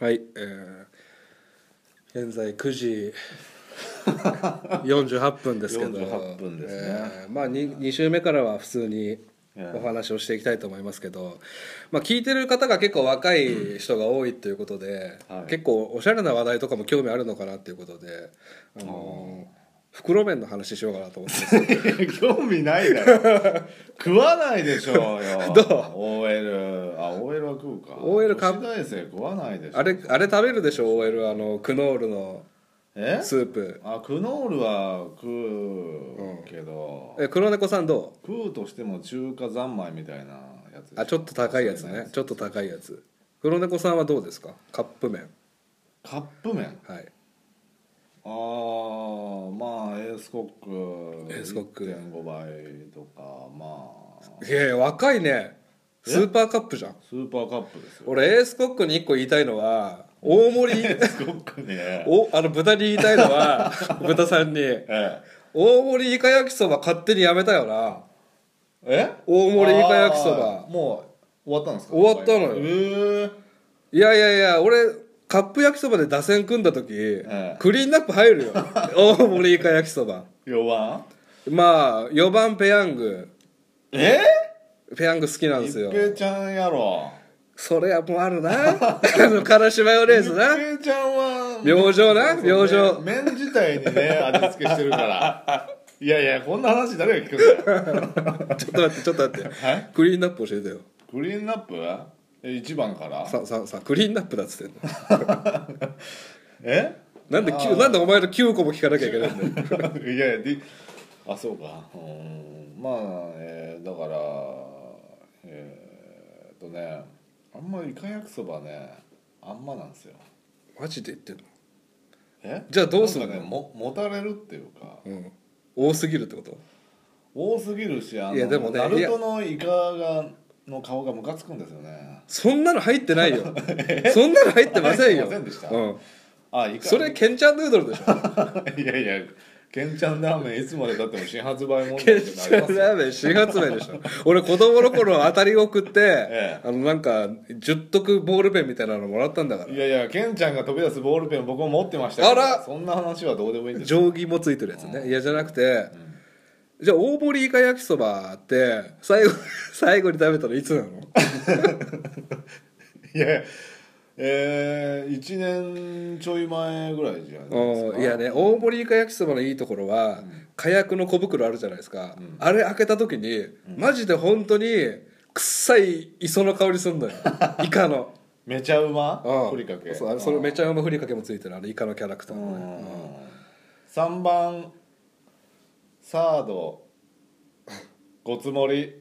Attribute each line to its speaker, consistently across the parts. Speaker 1: はい、えー現在9時48分ですけど
Speaker 2: 48分ですね
Speaker 1: えーまあ 2, 2週目からは普通に
Speaker 2: ええ
Speaker 1: お話をしていきたいと思いますけど、まあ、聞いてる方が結構若い人が多いということで、
Speaker 2: はい
Speaker 1: 結構おしゃれな話題とかも興味あるのかなっていうことで、あのー袋麺の話しようかなと思ってます
Speaker 2: 興味ないだ ろ食わないでしょうよ
Speaker 1: どう
Speaker 2: OL あ OL は食うか
Speaker 1: OL か
Speaker 2: 女子大生食わないでしょ
Speaker 1: あれあれ食べるでしょ OL あのクノールの
Speaker 2: え
Speaker 1: スープ
Speaker 2: あクノールは食うけど、
Speaker 1: え黒猫さんど
Speaker 2: 食うとしても中華三昧みたいなやつでし
Speaker 1: うあちょっと高いやつねちょっと高いやつ黒猫さんはどうですかカップ麺
Speaker 2: カップ麺
Speaker 1: はい
Speaker 2: ああまあエースコック
Speaker 1: エースコック
Speaker 2: 1.5倍とかまあ
Speaker 1: いやいや若いねスーパーカップじゃん
Speaker 2: スーパーカップですよ
Speaker 1: 俺エースコックに一個言いたいのは大盛り
Speaker 2: エースコックにね
Speaker 1: おあの豚に言いたいのは 豚さんに
Speaker 2: え
Speaker 1: 大盛りイカ焼きそば勝手にやめたよな
Speaker 2: え
Speaker 1: 大盛りイカ焼きそば
Speaker 2: あーもう終わったんですか
Speaker 1: 終わったのよ
Speaker 2: えー
Speaker 1: いやいやいや俺カップ焼きそばで打線組んだ時、
Speaker 2: え
Speaker 1: クリーンナップ入 るよ大盛りイカ焼きそば
Speaker 2: 4番
Speaker 1: まあ4番ペヤング
Speaker 2: え
Speaker 1: ペヤング好きなんで
Speaker 2: 一
Speaker 1: すよ
Speaker 2: 平ちゃんやろ
Speaker 1: それはもうあるな あのからしマヨネーズ な
Speaker 2: 一平ちゃんは
Speaker 1: 明星な
Speaker 2: そう
Speaker 1: 明星
Speaker 2: ね麺自体にね味付けしてるからいやいやこんな話誰が聞くん だよ
Speaker 1: ちょっと待ってちょっと待って
Speaker 2: え
Speaker 1: クリーンナップ教えてよ
Speaker 2: クリーンナップえ1番から
Speaker 1: さささクリーンナップだっつってんの
Speaker 2: え
Speaker 1: なんできゅうなんでお前の9個も聞かなきゃいけないんだよ
Speaker 2: いやいやであそうかうーんまあ、えーだからえーっとねあんまイカ焼きそばねあんまなんですよ
Speaker 1: マジで言ってんの
Speaker 2: え
Speaker 1: じゃあどうすんの
Speaker 2: なんかねももたれるっていうか
Speaker 1: うん多すぎるってこと
Speaker 2: 多すぎるしあの
Speaker 1: いやでもね
Speaker 2: ナルトのイカがの顔がムカつくんですよね
Speaker 1: そんなの入ってない よそんなの入ってませんよ
Speaker 2: 入ってませんでした
Speaker 1: うん、
Speaker 2: あイカ
Speaker 1: それケンちゃんヌードルでしょ
Speaker 2: いやいやケンちゃんラーメンいつまでたっても新発売問
Speaker 1: ケン
Speaker 2: 題
Speaker 1: ち
Speaker 2: じゃ
Speaker 1: ゃ
Speaker 2: なり
Speaker 1: んラーメン4発目でしょ 俺子供の頃当たりを食って、
Speaker 2: ええ
Speaker 1: あのなんか10徳ボールペンみたいなのもらったんだか
Speaker 2: ますいやいやケンちゃんが飛び出すボールペン僕も持ってました
Speaker 1: あら
Speaker 2: そんな話はどうでもいいん
Speaker 1: ら
Speaker 2: ですよ
Speaker 1: 定規もついてるやつねいやじゃなくて、じゃあ大盛りイカ焼きそばって最後 最後に食べたのいつなの
Speaker 2: いやいやえー、1年ちょい前ぐらいじゃないです
Speaker 1: う
Speaker 2: か
Speaker 1: んいやね大盛りイカ焼きそばのいいところは、火薬の小袋あるじゃないですか、あれ開けた時に、マジで本当に臭い磯の香りすん のよイカの
Speaker 2: めちゃうま
Speaker 1: うん
Speaker 2: ふりかけ
Speaker 1: そうあれそれめちゃうまふりかけもついてるあれイカのキャラクターのね、
Speaker 2: 3番サードごつ盛
Speaker 1: い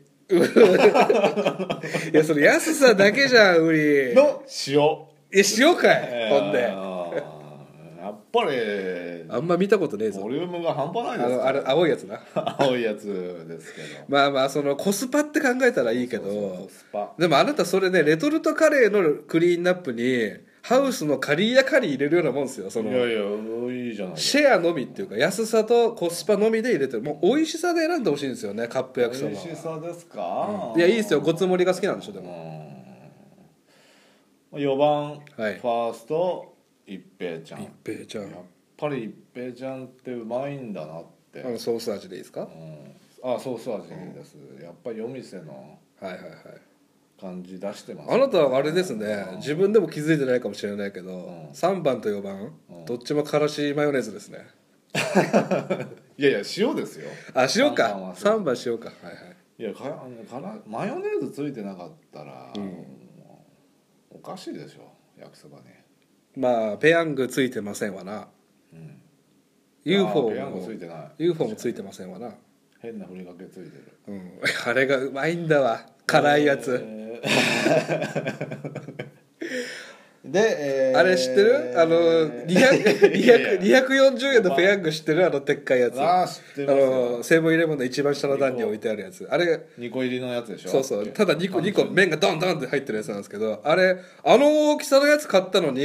Speaker 1: やそれ安さだけじゃんウリ
Speaker 2: り
Speaker 1: い
Speaker 2: の塩
Speaker 1: や塩かい、
Speaker 2: え
Speaker 1: ほん
Speaker 2: ー
Speaker 1: で
Speaker 2: やっぱり
Speaker 1: あんま見たことねえぞ
Speaker 2: ボリュームが半端
Speaker 1: あ
Speaker 2: ないです
Speaker 1: のあれ青いやつな
Speaker 2: 青いやつですけど
Speaker 1: まあまあそのコスパって考えたらいいけど
Speaker 2: そうそうスパ
Speaker 1: でもあなたそれねレトルトカレーのクリーンナップにハウスのカリーヤカリー入れるようなもんですよそ
Speaker 2: い
Speaker 1: の
Speaker 2: やいやいいじゃないです
Speaker 1: シェアのみっていうか安さとコスパのみで入れてるもう美味しさで選んでほしいんですよねカップ
Speaker 2: か
Speaker 1: 焼きそば
Speaker 2: 美味しさですか、
Speaker 1: いやいいですよごつ盛りが好きなんでしょでも
Speaker 2: 4番、
Speaker 1: はい
Speaker 2: ファースト一平ちゃんやっ
Speaker 1: べーちゃん
Speaker 2: ぱり一平ちゃんってうまいんだなって、
Speaker 1: あのソース味でいいですかは
Speaker 2: うん、あソース味です、やっぱり夜店の
Speaker 1: いはいはい
Speaker 2: 感じ出してます
Speaker 1: あなたはあれですね自分でも気づいてないかもしれないけど
Speaker 2: うん
Speaker 1: 3番と4番どっちもからしマヨネーズですね
Speaker 2: いやいや塩ですよ
Speaker 1: あ塩
Speaker 2: 三番
Speaker 1: か
Speaker 2: はそう
Speaker 1: 3番塩かはいはい
Speaker 2: いやからからマヨネーズついてなかったら、もうおかしいでしょ焼きそばに
Speaker 1: まあペヤングついてませんわな
Speaker 2: うんあ
Speaker 1: UFO
Speaker 2: ーペヤング
Speaker 1: も
Speaker 2: ついてない
Speaker 1: UFO もついてませんわな
Speaker 2: 変なふりかけついてる
Speaker 1: うん あれがうまいんだわ辛いやつ
Speaker 2: えー で、えー
Speaker 1: あれ知ってるあの200 200 240円のペヤング知ってるあのでっかいやつ
Speaker 2: あー知って
Speaker 1: あ
Speaker 2: ますよ
Speaker 1: のセブンイレブンの一番下の段に置いてあるやつあれ
Speaker 2: 2個入りのやつでしょ
Speaker 1: そうそうただ2個2
Speaker 2: 単純
Speaker 1: 個麺がドンドンって入ってるやつなんですけどあれあの大きさのやつ買ったのに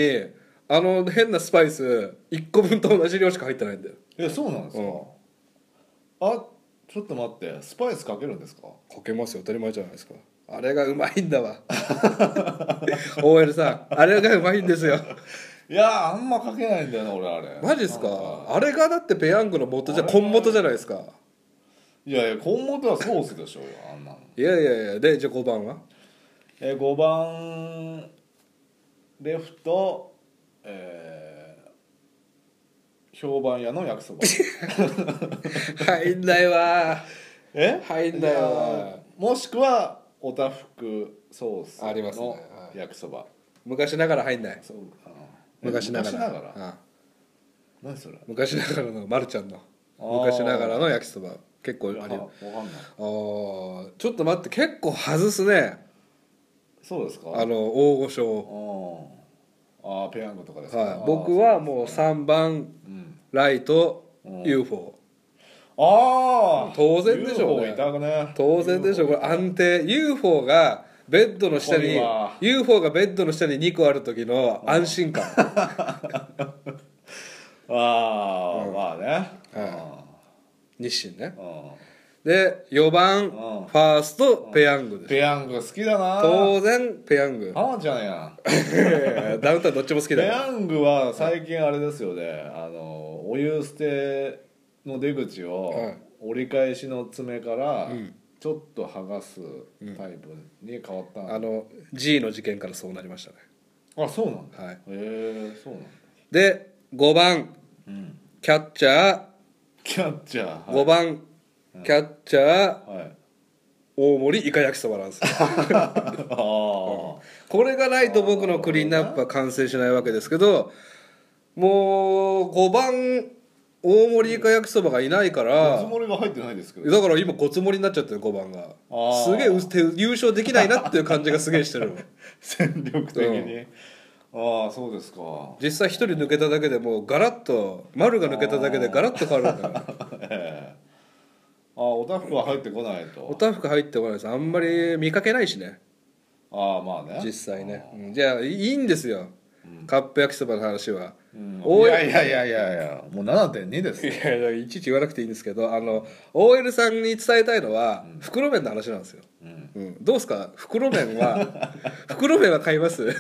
Speaker 1: あの変なスパイス1個分と同じ量しか入ってないんだよ
Speaker 2: えそうなんですか、あちょっと待ってスパイスかけるんですか
Speaker 1: かけますよ当たり前じゃないですか
Speaker 2: あ
Speaker 1: あれがうまいんだわ OL さんあれがうまいんですよ
Speaker 2: いやーあんまかけないんだよな俺あれ
Speaker 1: マジっす
Speaker 2: なん
Speaker 1: かあれがだってペヤングの元じゃ根元じゃないですか
Speaker 2: いやいや今後ではソースでしょうよあんなの
Speaker 1: いやいやいやでじゃあ5番は
Speaker 2: えー5番レフトえー評判屋の焼きそば
Speaker 1: 入んないわ
Speaker 2: え
Speaker 1: 入んないわ
Speaker 2: もしくはおたふくソース
Speaker 1: ありますね
Speaker 2: の
Speaker 1: はい
Speaker 2: 焼きそば
Speaker 1: 昔ながら入んない
Speaker 2: そうあの
Speaker 1: 昔ながら
Speaker 2: 昔ながら
Speaker 1: ああ
Speaker 2: 何それ
Speaker 1: 昔ながらのまるちゃんの
Speaker 2: あー
Speaker 1: 昔ながらの焼きそば結構ある
Speaker 2: あわかんない
Speaker 1: よあーちょっと待って結構外すね
Speaker 2: そうですか
Speaker 1: あの大御所
Speaker 2: あーあーペヤングとかですか、
Speaker 1: はい、僕はもう3番
Speaker 2: う、うん、
Speaker 1: ライト
Speaker 2: うん
Speaker 1: UFO
Speaker 2: ああ
Speaker 1: 当然でしょうね
Speaker 2: いたくね
Speaker 1: 当然でしょこれ安定 UFO がベッドの下に
Speaker 2: ここには
Speaker 1: UFO がベッドの下に2個ある時の安心 感
Speaker 2: ああ、まあね
Speaker 1: は日清ね
Speaker 2: う
Speaker 1: で4番フ
Speaker 2: うん
Speaker 1: ァーストペヤング
Speaker 2: ん
Speaker 1: です
Speaker 2: ペヤング好きだな
Speaker 1: 当然ペヤング
Speaker 2: 浜ちゃ んやん
Speaker 1: ダウンタウンどっちも好き
Speaker 2: ペ
Speaker 1: だよ
Speaker 2: ヤングは最近あれですよねあのお湯捨ての出口を
Speaker 1: はい
Speaker 2: 折り返しの爪から
Speaker 1: ん
Speaker 2: ちょっと剥がすタイプに変わったんだ
Speaker 1: あの G の事件からそうなりましたね
Speaker 2: あそうなんだ
Speaker 1: はい
Speaker 2: へえそうなんだ
Speaker 1: で5番
Speaker 2: うん
Speaker 1: キャッチャ
Speaker 2: キャッチャー
Speaker 1: ー5番キャッチャー
Speaker 2: はいはい
Speaker 1: 大盛りイカ焼きそばなんですよ
Speaker 2: あ
Speaker 1: これがないと僕のクリーンナップは完成しないわけですけどもう5番大盛りイカ焼きそばがいないか
Speaker 2: あ
Speaker 1: ら
Speaker 2: つもりが入ってないですけど
Speaker 1: だから今ごつ盛りになっちゃってる5番が
Speaker 2: あー
Speaker 1: すげえうて優勝できないなっていう感じがすげえしてる
Speaker 2: 戦力的にああそうですか
Speaker 1: 実際1人抜けただけでもうガラッと丸が抜けただけでガラッと変わるんだから
Speaker 2: ええああおたふくは入ってこない
Speaker 1: お
Speaker 2: と
Speaker 1: たふく入ってこないですあんまり見かけないしね
Speaker 2: ああまあね
Speaker 1: 実際ね、うんじゃあいいんですよカップ焼きそばの話は
Speaker 2: うん
Speaker 1: おい
Speaker 2: いやいやいやいやいやもう7.2です
Speaker 1: い
Speaker 2: よ
Speaker 1: やいやいちいち言わなくていいんですけどあの OL さんに伝えたいのは、袋麺の話なんですよ、
Speaker 2: うん
Speaker 1: うん、どうですか袋麺は 袋麺は買います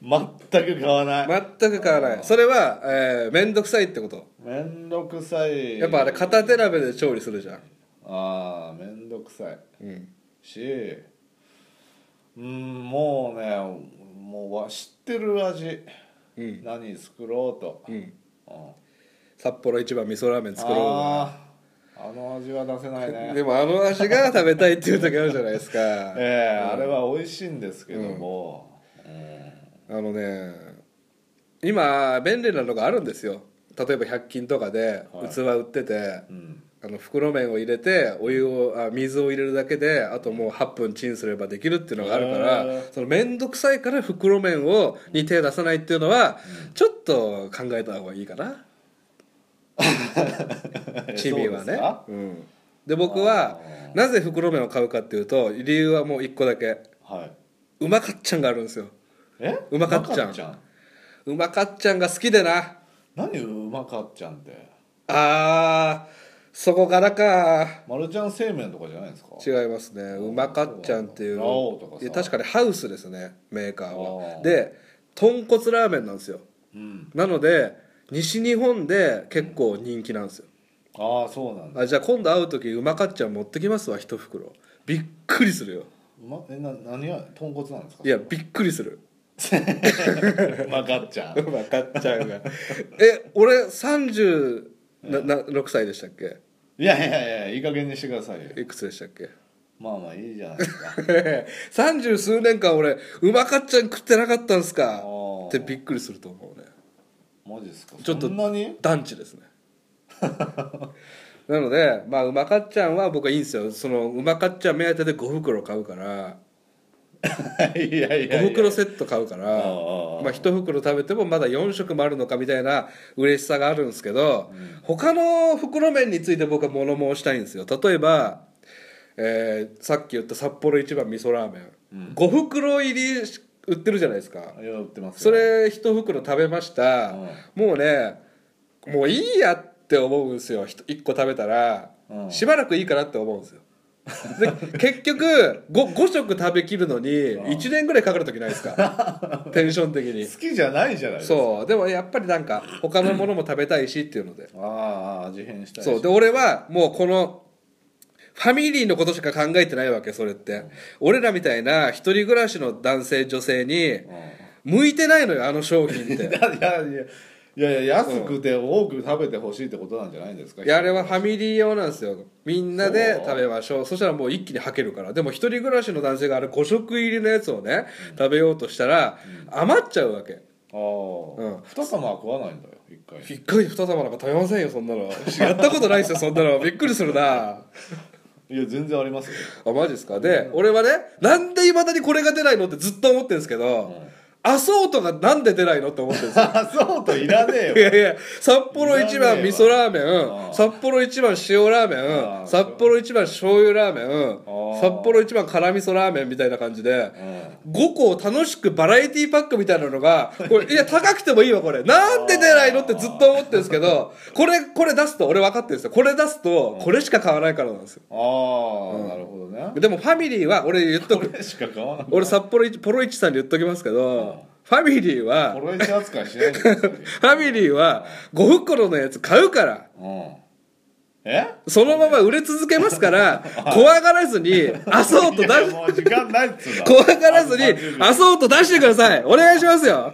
Speaker 2: 全く買わない
Speaker 1: 全く買わないそれは面倒、えーめんどくさいってこと
Speaker 2: めんどくさい
Speaker 1: やっぱあれ片手鍋で調理するじゃん、
Speaker 2: ああめんどくさい
Speaker 1: うん、
Speaker 2: しうんもうねもうわ知ってる味、
Speaker 1: うん
Speaker 2: 何作ろうと、
Speaker 1: うん
Speaker 2: うん
Speaker 1: 札幌一番味噌ラーメン作ろ
Speaker 2: あーあの味は出せないう
Speaker 1: が
Speaker 2: ね
Speaker 1: でもあの味が食べたいっていう時あるじゃないですか
Speaker 2: ええあれは美味しいんですけども、うん
Speaker 1: あのね今便利なのがあるんですよ例えば100均とかで
Speaker 2: はい
Speaker 1: 器売ってて、
Speaker 2: うん
Speaker 1: あの袋麺を入れてお湯をあ水を入れるだけであともう8分チンすればできるっていうのがあるか
Speaker 2: へ
Speaker 1: ら
Speaker 2: ー
Speaker 1: その面倒くさいから袋麺をに手出さないっていうのはちょっと考えた方がいいかな チビは
Speaker 2: そうで
Speaker 1: ね
Speaker 2: すか
Speaker 1: うん、で僕は
Speaker 2: あ
Speaker 1: なぜ袋麺を買うかっていうと理由はもう1個だけ
Speaker 2: はい、
Speaker 1: うまかっちゃんがあるんですよ
Speaker 2: え
Speaker 1: うまかっちゃんうまかっちゃんが好きでな
Speaker 2: 何うまかっちゃんって
Speaker 1: あーそこからか
Speaker 2: マルちゃん製麺とかじゃないんですか
Speaker 1: 違いますねうまかっちゃんっていう
Speaker 2: ラオウとかさ
Speaker 1: いや確かにハウスですねメーカー
Speaker 2: あ
Speaker 1: は
Speaker 2: ー
Speaker 1: で豚骨ラーメンなんですよ
Speaker 2: うん
Speaker 1: なので西日本で結構人気なんですよ
Speaker 2: ああそうなんだ
Speaker 1: あじゃあ今度会う時うまかっちゃん持ってきますわ一袋びっくりするよ
Speaker 2: うまえな何が豚骨なんですか
Speaker 1: いやびっくりする
Speaker 2: うまかっちゃん
Speaker 1: うまかっちゃんがえ俺36歳でしたっけ
Speaker 2: いやいやいやいい加減にしてくださいよ
Speaker 1: いくつでしたっ け
Speaker 2: まあまあいいじゃないです か
Speaker 1: 三十数年間俺うまかっちゃん食ってなかったんすか
Speaker 2: あー
Speaker 1: ってびっくりすると思うね
Speaker 2: マジですか
Speaker 1: ちょっと
Speaker 2: そんなに
Speaker 1: 団地ですね なのでまあうまかっちゃんは僕はいいんですよそのうまかっちゃん目当てで5袋買うから
Speaker 2: いやいやい
Speaker 1: 5
Speaker 2: や
Speaker 1: 袋セット買うから
Speaker 2: ああああ
Speaker 1: まあ、1袋食べてもまだ4食もあるのかみたいな嬉しさがあるんですけど、他の袋麺について僕は物申したいんですよ例えば、えーさっき言った札幌一番味噌ラーメン、5袋入りし売ってるじゃないですか
Speaker 2: いや売ってます
Speaker 1: そ
Speaker 2: よ
Speaker 1: れ1袋食べました、もうねもういいやって思うんですよ1個食べたら、
Speaker 2: うん
Speaker 1: しばらくいいかなって思うんですよ で結局 5, 5食食べきるのに1年ぐらいかかる時ないです かテンション的に
Speaker 2: 好きじゃないじゃないですか
Speaker 1: そうでもやっぱりなんか他のものも食べたいしっていうので
Speaker 2: ああ味変したいし
Speaker 1: そうで俺はもうこのファミリーのことしか考えてないわけそれって、俺らみたいな一人暮らしの男性女性に
Speaker 2: うん
Speaker 1: 向いてないのよあの商品っ
Speaker 2: い
Speaker 1: て
Speaker 2: やいやいやいやいや安くて多く食べてほしいってことなんじゃないんですか
Speaker 1: いやあれはファミリー用なんですよみんなで食べましょうそしたらもう一気にはけるからでも一人暮らしの男性があれ5食入りのやつをね、食べようとしたら余っちゃうわけ
Speaker 2: ああ、
Speaker 1: うん
Speaker 2: 二玉は食わないんだよ一回
Speaker 1: 一回二玉なんか食べませんよそんなのやったことないですよそんなのびっくりするない
Speaker 2: や全然ありますよ、
Speaker 1: あマジですかで俺はねなんでいまだにこれが出ないのってずっと思ってるんですけ
Speaker 2: う
Speaker 1: ど、
Speaker 2: ん、
Speaker 1: アソートがなんで出ないのって思ってるんですよ
Speaker 2: あそうといらねえよ
Speaker 1: いやいや札幌一番味噌ラーメ
Speaker 2: う
Speaker 1: ン
Speaker 2: ん
Speaker 1: 札幌一番塩ラー
Speaker 2: う
Speaker 1: メン
Speaker 2: ん
Speaker 1: 札幌一番醤油ラーメ
Speaker 2: う
Speaker 1: ン
Speaker 2: ん
Speaker 1: 札幌一番辛味噌ラーメンみたいな感じで
Speaker 2: うん
Speaker 1: 5個を楽しくバラエティパックみたいなのがこれいや高くてもいいわこれなんで出ないのってずっと思ってるんですけどこれこれ出すと俺分かってるんですよこれ出すとこれしか買わないからなんですよ
Speaker 2: ああ、なるほどね
Speaker 1: でもファミリーは俺言っと
Speaker 2: こ
Speaker 1: く
Speaker 2: れしか買わない
Speaker 1: 俺札幌一ポロイチさんに言っときますけどファミリーは
Speaker 2: これ一扱いしないんですよ、
Speaker 1: ファミリーは5袋のやつ買うから
Speaker 2: うん、え
Speaker 1: そのまま売れ続けますから怖がらずにアソート
Speaker 2: いや
Speaker 1: 出し
Speaker 2: もう時間ないっつうの
Speaker 1: 怖がらずに
Speaker 2: あと30秒
Speaker 1: アソート出してくださいお願いしますよ